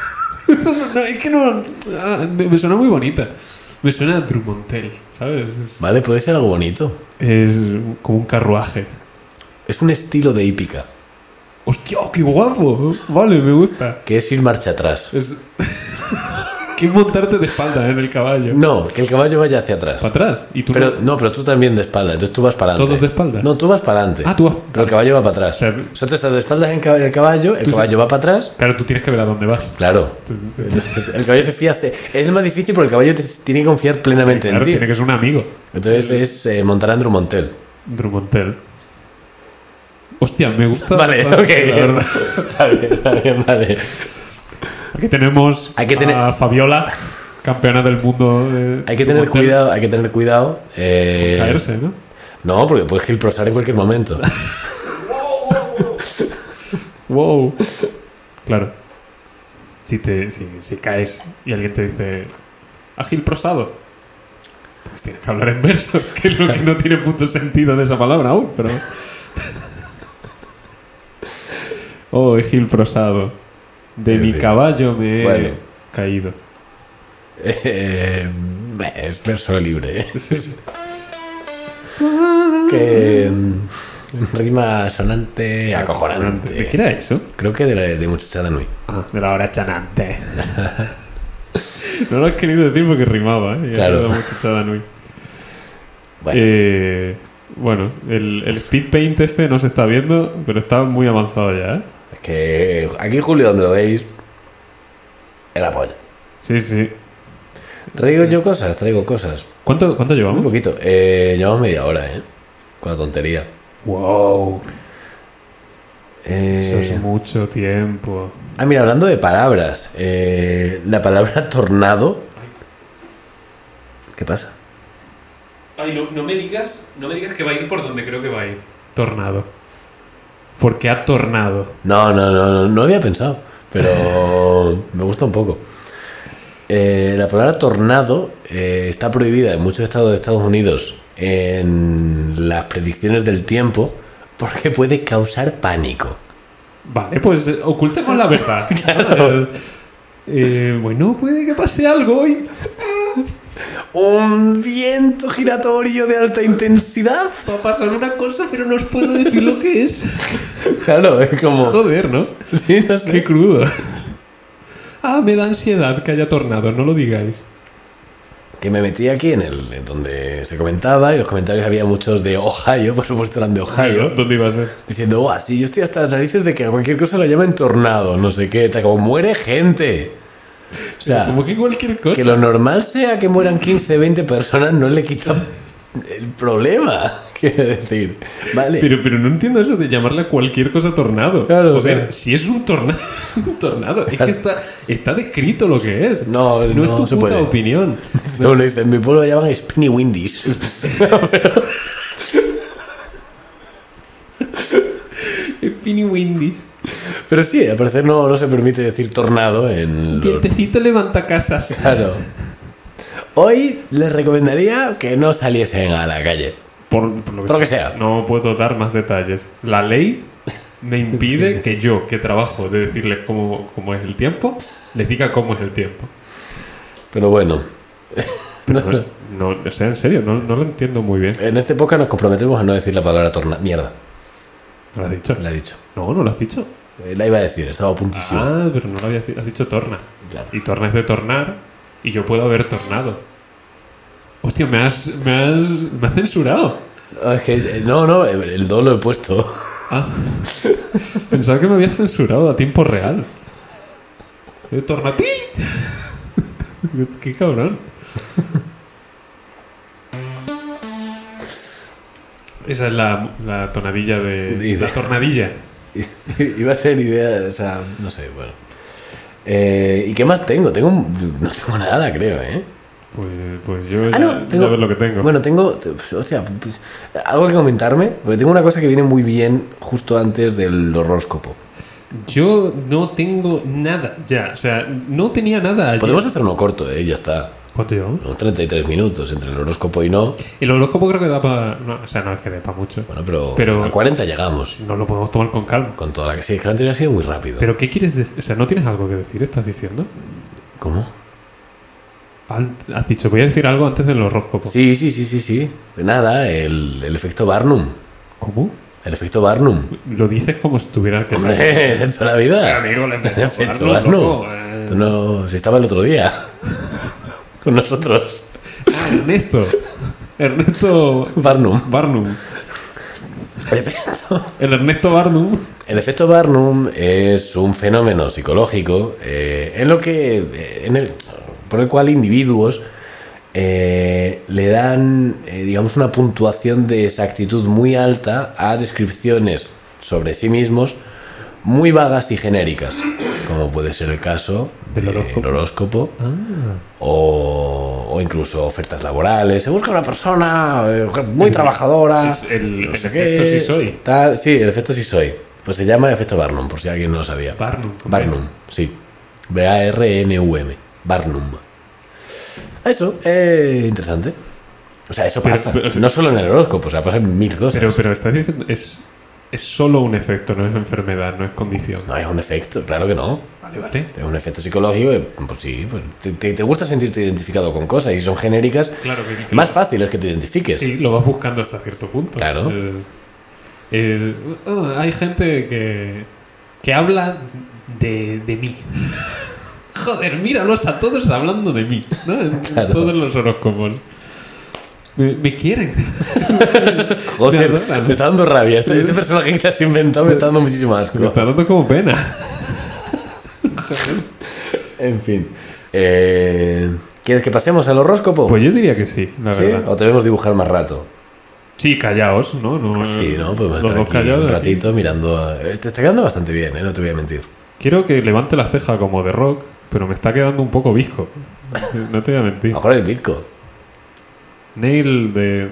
B: No, es que no. ah, Me suena muy bonita. Me suena a Trumontel, ¿sabes? Es-
A: Vale, puede ser algo bonito.
B: Es como un carruaje.
A: Es un estilo de hípica,
B: ¡Hostia, qué guapo! Vale, me gusta.
A: que es ir marcha atrás.
B: Es. que es montarte de espalda en el caballo.
A: No, que el caballo vaya hacia
B: Para
A: atrás.
B: atrás. Y tú
A: Pero
B: no-
A: no, pero tú también de espalda. Entonces tú vas para adelante.
B: ¿Todos de espaldas?
A: No, tú vas para adelante.
B: Ah, tú vas-
A: Pero el caballo va para atrás.
B: O sea,
A: O sea, tú estás de espaldas en cab- el caballo, el
B: Tú sí.
A: caballo va para atrás.
B: Claro, tú tienes que ver a dónde vas. eh,
A: Claro,
B: Tú-
A: El caballo se fía. hace- Es el más difícil porque el caballo te- tiene que confiar plenamente en
B: Claro, tiene
A: ti.
B: que ser un amigo.
A: Entonces es eh, montar a Andrew Montel.
B: Drumontel. Hostia, me gusta.
A: Vale, ok.
B: bastante, la verdad.
A: está bien, está bien, vale.
B: Aquí tenemos
A: Hay que tener-
B: a Fabiola, campeona del mundo. de
A: Hay que tener
B: Drumontel.
A: cuidado, hay que tener cuidado. eh,
B: Caerse, ¿no?
A: No, porque puedes gilprosar en cualquier momento.
B: Wow. Claro. Si te si, si caes y alguien te dice ágil prosado, pues tienes que hablar en verso, que es lo que no tiene punto sentido de esa palabra aún, pero. Oh, ágil prosado. De mi
A: Bien.
B: caballo me
A: Bueno.
B: he caído.
A: Eh, bueno, es verso libre. Que mm, rima sonante
B: ¿De
A: acojonante.
B: qué era eso?
A: Creo que de, la- de Muchachada Nui.
B: Ah, de la hora chanante. no lo has querido decir porque rimaba, ¿eh? Y
A: Claro.
B: ayuda mucho Chadanui.
A: Bueno,
B: Eh, bueno, el, el speed paint este no se está viendo, pero está muy avanzado ya, ¿eh?
A: es que aquí Julio, donde lo veis, el apoyo.
B: Sí, sí.
A: Traigo yo cosas, traigo cosas.
B: ¿Cuánto, cuánto
A: Un
B: llevamos?
A: poquito. Eh, llevamos media hora, ¿eh? Con la tontería.
B: Wow. Eso
A: Eh,
B: es mucho tiempo.
A: ah, mira, hablando de palabras. eh, la palabra tornado. ¿Qué pasa?
B: Ay, no, me digas, no me digas que va a ir por donde creo que va a ir. Tornado. Porque ha tornado.
A: No, no, no, no, no había pensado. pero me gusta un poco. Eh, la palabra tornado eh, está prohibida en muchos estados de Estados Unidos en las predicciones del tiempo porque puede causar pánico.
B: Vale, pues eh, ocultemos la verdad. Eh, eh, bueno, puede que pase algo hoy.
A: Un viento giratorio de alta intensidad.
B: Va a pasar una cosa, pero no os puedo decir lo que es.
A: Claro, es como...
B: Joder, ¿no?
A: Sí, no sé.
B: Qué crudo. Ah, me da ansiedad que haya tornado, no lo digáis.
A: que me metí aquí en el en donde se comentaba y los comentarios había muchos de Ohio, por supuesto eran de Ohio,
B: ¿Dónde iba a ser?
A: diciendo, guau, sí, yo estoy hasta las narices de que a cualquier cosa la llamen tornado, no sé qué, tal, como muere gente. O sea,
B: Como que cualquier cosa.
A: que lo normal sea que mueran 15, 20 personas no le quita el problema, quiero decir. Vale.
B: Pero, pero no entiendo eso de llamarle a cualquier cosa tornado.
A: Claro, o
B: Joder,
A: sea.
B: si es un tornado, un tornado. Es que
A: Claro.
B: está, está descrito lo que es.
A: No,
B: es
A: no
B: tu
A: se
B: puta
A: puede.
B: opinión.
A: Luego le dicen, en mi pueblo lo llaman Spinny Windies.
B: Spinny Windies.
A: Pero sí, al parecer no, no se permite decir tornado en los
B: Dientecito levanta casas.
A: Claro. Hoy les recomendaría que no saliesen a la calle.
B: Por, por lo, que
A: Por lo que sea.
B: No puedo dar más detalles. La ley me impide que yo, que trabajo de decirles cómo, cómo es el tiempo, les diga cómo es el tiempo.
A: Pero bueno,
B: Pero no, no, o sea, en serio, no, no lo entiendo muy bien.
A: en este podcast nos comprometemos a no decir la palabra torna. Mierda,
B: ¿Lo has dicho?
A: la he dicho.
B: No, no lo has dicho.
A: Eh, La iba a decir, estaba a puntísimo.
B: Ah, pero no lo habías dicho. Has dicho torna.
A: Claro.
B: Y torna es de tornar y yo puedo haber tornado. Hostia, me has, me has, me has censurado.
A: Ah, es que, eh, no, no, eh, el do lo he puesto.
B: Ah. Pensaba que me habías censurado a tiempo real. He tornado. Qué cabrón. Esa es la, la tonadilla de.
A: Dice.
B: La tornadilla.
A: iba a ser idea, o sea, no sé, bueno. Eh, ¿Y qué más tengo? Tengo un- no tengo nada, creo, ¿eh?
B: Pues, pues yo ya,
A: Ah, no,
B: ya
A: tengo-
B: ves lo que tengo.
A: Bueno, tengo, te- pues, hostia, pues, algo que comentarme, porque tengo una cosa que viene muy bien justo antes del horóscopo.
B: Yo no tengo nada ya. O sea, no tenía nada ayer.
A: Podemos hacer uno corto, ¿eh? Ya está.
B: ¿Cuánto llevamos?
A: Unos 33 minutos entre el horóscopo y no.
B: El horóscopo creo que da para... o sea, no es que dé para mucho.
A: Bueno, pero,
B: Pero-
A: a 40 llegamos.
B: No lo podemos tomar con calma.
A: Con toda la que sí, es que antes ha sido muy rápido.
B: ¿Pero qué quieres decir? O sea, ¿no tienes algo que decir? ¿Estás diciendo?
A: ¿Cómo?
B: Al- Has dicho, voy a decir algo antes del horóscopo.
A: Sí, sí, sí, sí, sí. De nada, el, el efecto Barnum.
B: ¿Cómo?
A: El efecto Barnum.
B: Lo dices como si tuvieras que
A: Hombre,
B: ser...
A: de toda la vida.
B: Amigo, el efecto
A: El efecto
B: Barnum,
A: Barnum.
B: loco, eh.
A: Tú no, si estaba el otro día. Con nosotros.
B: Ah, Ernesto. Ernesto
A: Barnum.
B: Barnum.
A: El efecto-
B: El Ernesto Barnum.
A: El efecto Barnum es un fenómeno psicológico eh, en lo que, eh, en el- por el cual individuos eh, le dan, eh, digamos, una puntuación de exactitud muy alta a descripciones sobre sí mismos muy vagas y genéricas, como puede ser el caso
B: Del
A: del
B: horóscopo.
A: horóscopo
B: Ah.
A: o, o incluso ofertas laborales. Se busca una persona eh, muy trabajadora.
B: Es el- el
A: sé
B: efecto sí soy.
A: tal. sí, el efecto sí soy. Pues se llama efecto Barnum, por si alguien no lo sabía.
B: Barnum.
A: Barnum, sí. B-A-R-N-U-M. Barnum. Ah, Eso, eh, interesante. O sea, eso
B: Pero-
A: pasa.
B: pero-
A: no solo en el horóscopo, o sea, pasa en mil cosas.
B: Pero, pero estás diciendo... Es, es solo un efecto, no es enfermedad, no es condición.
A: No, es un efecto, claro que no.
B: Vale, vale.
A: Es un efecto psicológico, eh, pues sí, pues te, te- te gusta sentirte identificado con cosas y si son genéricas,
B: Claro que- que
A: más
B: lo-
A: fácil es que te identifiques.
B: Sí, lo vas buscando hasta cierto punto.
A: Claro.
B: Es- es- "Oh, hay gente que, que habla de, de mí. Joder, míralos a todos hablando de mí, ¿no? En
A: Claro.
B: todos los horóscopos. Me, me quieren.
A: Joder,
B: Me adoran.
A: me está dando rabia. Este, este personaje que te has inventado me está dando muchísimo
B: Me
A: asco.
B: está dando como pena.
A: En fin. Eh, ¿Quieres que pasemos al horóscopo?
B: Pues yo diría que sí, la
A: Oh. ¿Sí?
B: verdad.
A: ¿O te vemos dibujar más rato?
B: Sí, callaos, ¿no? no
A: Sí, ¿no? Podemos
B: Mm, los
A: estar
B: dos
A: aquí
B: callados
A: un
B: aquí.
A: ratito mirando... a- Eh, Te está quedando bastante bien, ¿eh? No te voy a mentir.
B: Quiero que levante la ceja como de rock, pero me está quedando un poco visco. No te voy a
A: A
B: mentir.
A: lo mejor el bizco.
B: Nail de.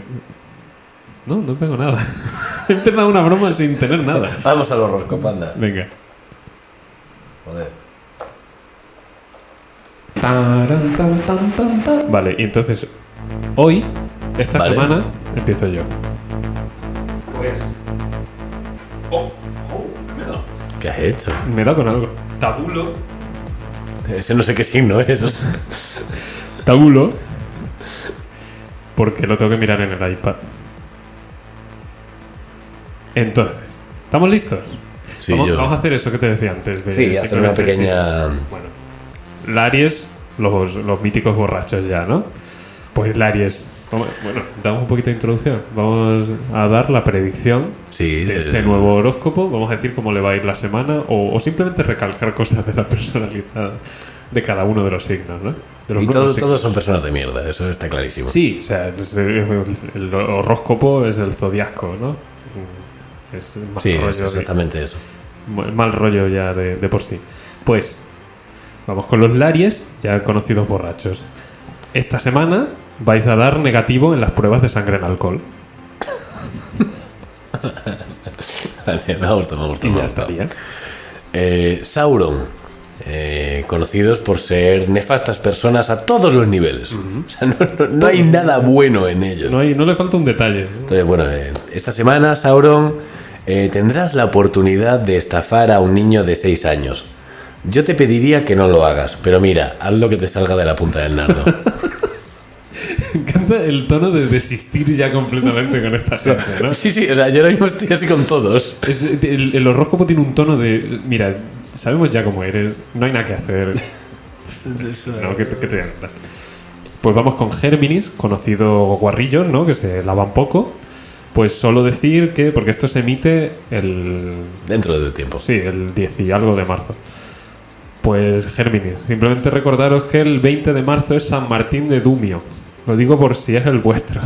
B: No, no tengo nada. He empezado una broma sin tener nada.
A: Vamos al horóscopo, anda.
B: Venga.
A: Joder.
B: Taran, tan, tan, tan, tan. Vale, y entonces hoy, esta
A: Vale.
B: semana, empiezo yo. Pues. Oh, me da.
A: ¿Qué has hecho?
B: Me da con algo. Tabulo.
A: Ese no sé qué signo es.
B: Tabulo. Porque lo tengo que mirar en el iPad. Entonces, ¿estamos listos?
A: Sí,
B: vamos,
A: yo.
B: vamos a hacer eso que te decía antes. De
A: Sí, hacer una
B: psicometría.
A: pequeña.
B: Bueno, Laries, los, los míticos borrachos ya, ¿no? Pues Laries. Vamos- Bueno, damos un poquito de introducción. Vamos a dar la predicción
A: Sí, eh,
B: de
A: de-
B: este nuevo horóscopo. Vamos a decir cómo le va a ir la semana o, o simplemente recalcar cosas de la personalidad de cada uno de los signos, ¿no? De los
A: Y
B: nuevos
A: todos,
B: signos.
A: todos son personas de mierda, eso está clarísimo.
B: Sí, o sea, es, eh, el horóscopo es el zodiasco, ¿no? Es más
A: Sí, es
B: rollo de-
A: exactamente eso.
B: Mu- mal rollo ya de, de por sí. Pues vamos con los Laries, ya conocidos borrachos. Esta semana vais a dar negativo en las pruebas de sangre en alcohol.
A: Vale, me ha gustado, me ha gustado,
B: Y
A: me ha
B: ya
A: gustado.
B: estaría.
A: Eh, Sauron. eh, conocidos por ser nefastas personas a todos los niveles. O sea, no, no- no hay nada bueno en ellos.
B: No, hay, no le falta un detalle.
A: Entonces, bueno, eh, esta semana, Sauron, eh, tendrás la oportunidad de estafar a un niño de 6 años. Yo te pediría que no lo hagas, pero mira, haz lo que te salga de la punta del nardo.
B: Me encanta el tono de desistir ya completamente con esta gente, ¿no?
A: sí, sí, o sea, yo ahora mismo estoy así con todos.
B: Es- el, el horóscopo tiene un tono de. Mira, sabemos ya cómo eres, no hay nada que hacer. No, que, te voy a contar. Pues vamos con Géminis, conocido guarrillos, ¿no? Que se lavan poco. Pues solo decir que. Porque esto se emite el.
A: Dentro del tiempo.
B: Sí, el 10 y algo de marzo. Pues Géminis, simplemente recordaros que el 20 de marzo es San Martín de Dumio. Lo digo por si es el vuestro.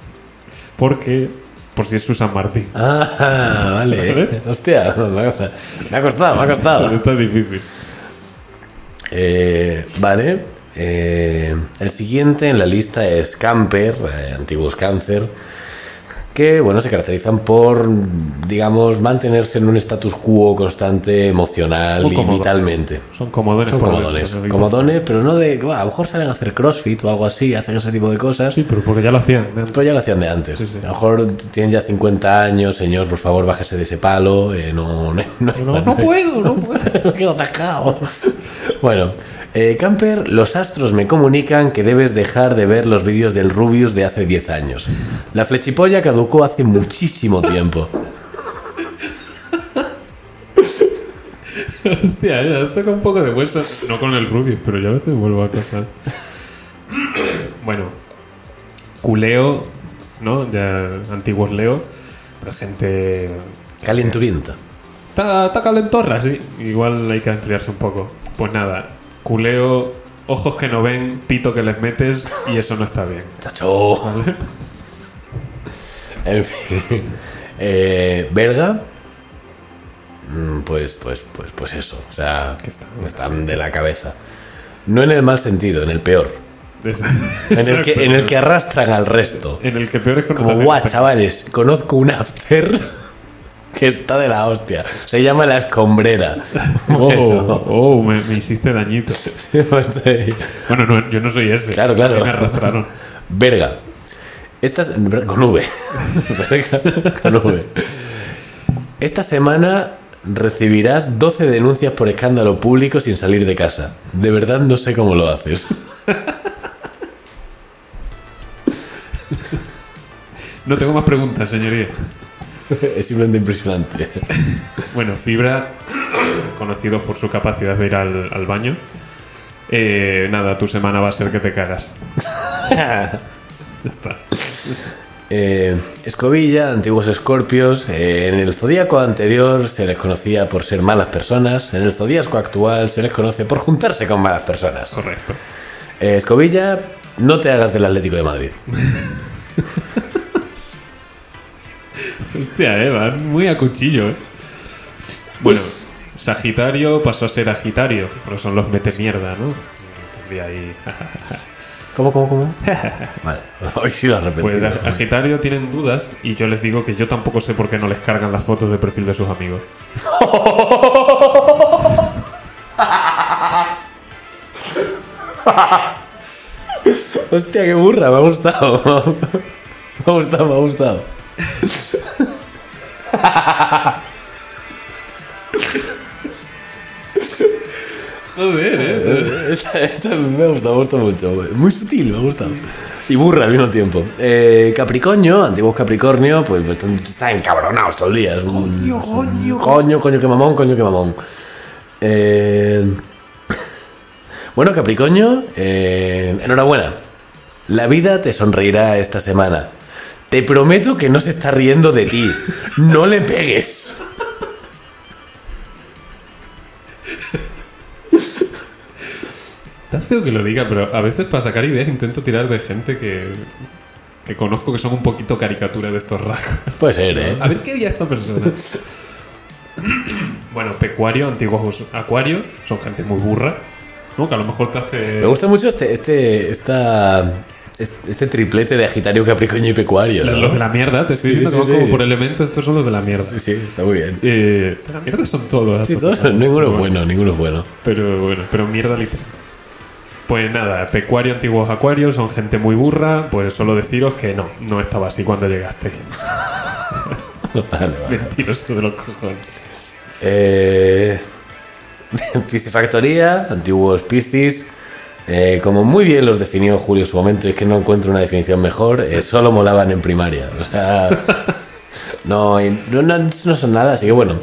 B: Porque. Por si es su San Martín.
A: Ah, vale.
B: ¿Vale?
A: Hostia, me ha costado, me ha costado. me ha costado.
B: Está difícil.
A: Eh, vale. eh, el siguiente en la lista es Camper, eh, antiguos cáncer, que bueno, se caracterizan por, digamos, mantenerse en un status quo constante emocional
B: Muy
A: y
B: cómodos.
A: vitalmente.
B: Son comodones.
A: Son
B: por
A: comodones,
B: dentro, ¿no?
A: comodones, pero no de. bueno, a lo mejor salen a hacer crossfit o algo así, hacen ese tipo de cosas.
B: Sí, pero porque ya lo hacían. de antes.
A: Pero ya lo hacían de antes.
B: Sí, sí.
A: A lo mejor tienen ya 50 años, señor, por favor, bájese de ese palo. eh, no, no, no-
B: No, no puedo, no puedo.
A: Quedo atascado. Bueno, eh, Camper, los astros me comunican que debes dejar de ver los vídeos del Rubius de hace 10 años. La flechipolla caducó hace muchísimo tiempo.
B: Hostia, ya esto con un poco de hueso. No con el rubio, pero yo a veces vuelvo a casar. bueno, culeo, ¿no? Ya antiguos leo. La gente.
A: Calenturienta.
B: Está está calentorra, sí. Igual hay que enfriarse un poco. Pues nada, culeo, ojos que no ven, pito que les metes, y eso no está bien.
A: Chacho.
B: ¿Vale?
A: En fin. Eh, Verga. Mm, Pues, pues, pues, pues eso. O sea,
B: Que está-
A: están de la cabeza. No en el mal sentido, en el peor.
B: Esa-
A: En el, que, en el que
B: Exacto.
A: arrastran al resto.
B: En el que peores
A: Como
B: connotaciones
A: guau, chavales, conozco un after que está de la hostia. Se llama la escombrera.
B: Oh, oh, me, me hiciste dañito.
A: Bueno.
B: Bueno, no, yo no soy ese.
A: Claro, claro.
B: A mí Me arrastraron.
A: Verga. Estas. Con V. Verga, con V. Esta semana recibirás 12 denuncias por escándalo público sin salir de casa. De verdad no sé cómo lo haces.
B: No tengo más preguntas, señoría.
A: Es simplemente impresionante.
B: Bueno, Fibra, conocido por su capacidad de ir al, al baño. Eh, nada, tu semana va a ser que te cagas. Ya está.
A: Eh, Escobilla, antiguos escorpios. eh, en el zodíaco anterior se les conocía por ser malas personas. En el zodíaco actual se les conoce por juntarse con malas personas.
B: Correcto.
A: Eh, Escobilla, no te hagas del Atlético de Madrid.
B: Hostia, eh, va muy a cuchillo, eh. Bueno, Sagitario pasó a ser Agitario, pero son los mete mierda, ¿no? Que de ahí.
A: ¿Cómo, cómo, cómo? vale, hoy sí lo has repetido.
B: Pues Ag- Agitario tienen dudas y yo les digo que yo tampoco sé por qué no les cargan las fotos de perfil de sus amigos.
A: Hostia, qué burra, me ha gustado. Me ha gustado, me ha gustado.
B: Joder, eh.
A: Esta, esta me ha gustado, me ha gustado mucho. Muy sutil, me ha gustado. Y burra al mismo tiempo. Eh, Capricornio, antiguos Capricornio, pues, pues, están, están encabronados todo el día. Es un-
B: Coño, coño.
A: Coño, coño, que mamón, coño, que mamón. Eh, Bueno, Capricornio, eh, enhorabuena. La vida te sonreirá esta semana. Te prometo que no se está riendo de ti. No le pegues.
B: Está feo que lo diga, pero a veces para sacar ideas intento tirar de gente que, que conozco que son un poquito caricatura de estos rasgos.
A: Puede ser, ¿eh?
B: A ver qué haría esta persona. bueno, pecuario, antiguos acuario, son gente muy burra. ¿no? Que a lo mejor te hace.
A: Me gusta mucho este, este, esta, este triplete de Agitario, Capricornio y Pecuario. ¿no?
B: Los de la mierda, te estoy
A: Sí,
B: diciendo
A: sí,
B: que van
A: sí.
B: como por elementos, estos son los de la mierda.
A: Sí, sí, está muy bien.
B: Eh, de la mierda son todos.
A: Sí,
B: estos
A: todos,
B: personajes.
A: ninguno es bueno, ninguno es bueno.
B: Pero bueno, pero mierda literal. Pues nada, pecuario, antiguos acuarios, son gente muy burra, pues solo deciros que no, no estaba así cuando llegasteis.
A: Vale, vale.
B: Mentiroso de los cojones.
A: Eh, Piscifactoría, antiguos piscis. eh, como muy bien los definió Julio en su momento, y es que no encuentro una definición mejor, eh, solo molaban en primaria. O sea, no, y no, no- no son nada, así que bueno.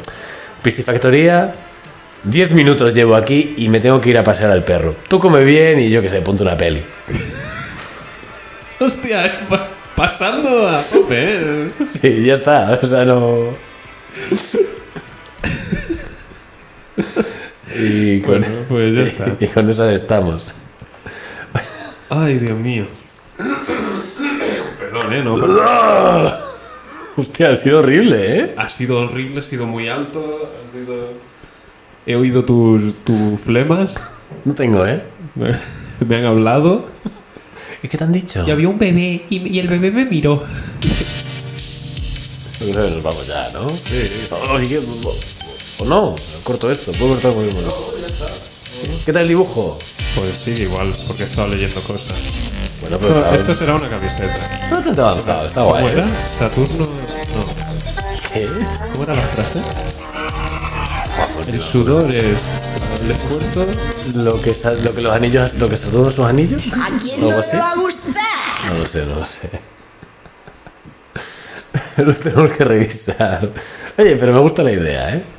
A: Piscifactoría, 10 minutos llevo aquí y me tengo que ir a pasear al perro. Tú come bien y yo que sé, ponte una peli.
B: Hostia, eh, pa- pasando a tope, eh.
A: Sí, ya está, o sea, no. Y con,
B: Bueno, pues ya está.
A: y con esas estamos.
B: Ay, Dios mío. Perdón, eh, no.
A: Hostia, ha sido horrible, ¿eh?
B: Ha sido horrible, ha sido muy alto, ha sido- He oído tus, tus flemas,
A: No tengo, ¿eh?
B: me han hablado.
A: ¿Y qué te han dicho?
B: Y había un bebé y, y el bebé me miró.
A: Yo creo que nos Pues vamos ya, ¿no? Sí, O, si quieres- o- o no, corto esto, puedo cortar con el mismo. ¿Qué tal el dibujo?
B: Pues sí, igual, porque he estado leyendo cosas.
A: Bueno, pero
B: Esto,
A: está,
B: esto será una camiseta.
A: no te has avanzado, está
B: ¿Cómo
A: guay. ¿eh?
B: era? Saturno. No.
A: ¿Qué?
B: ¿Cómo era la frase? El sudor es el esfuerzo.
A: ¿Lo que, sa- lo que los anillos, lo que Saturno son los anillos?
D: ¿A quién
A: ¿Algo
D: no
A: así?
D: le va a gustar?
A: No lo sé, no lo sé. Lo tenemos que revisar. Oye, pero me gusta la idea, ¿eh?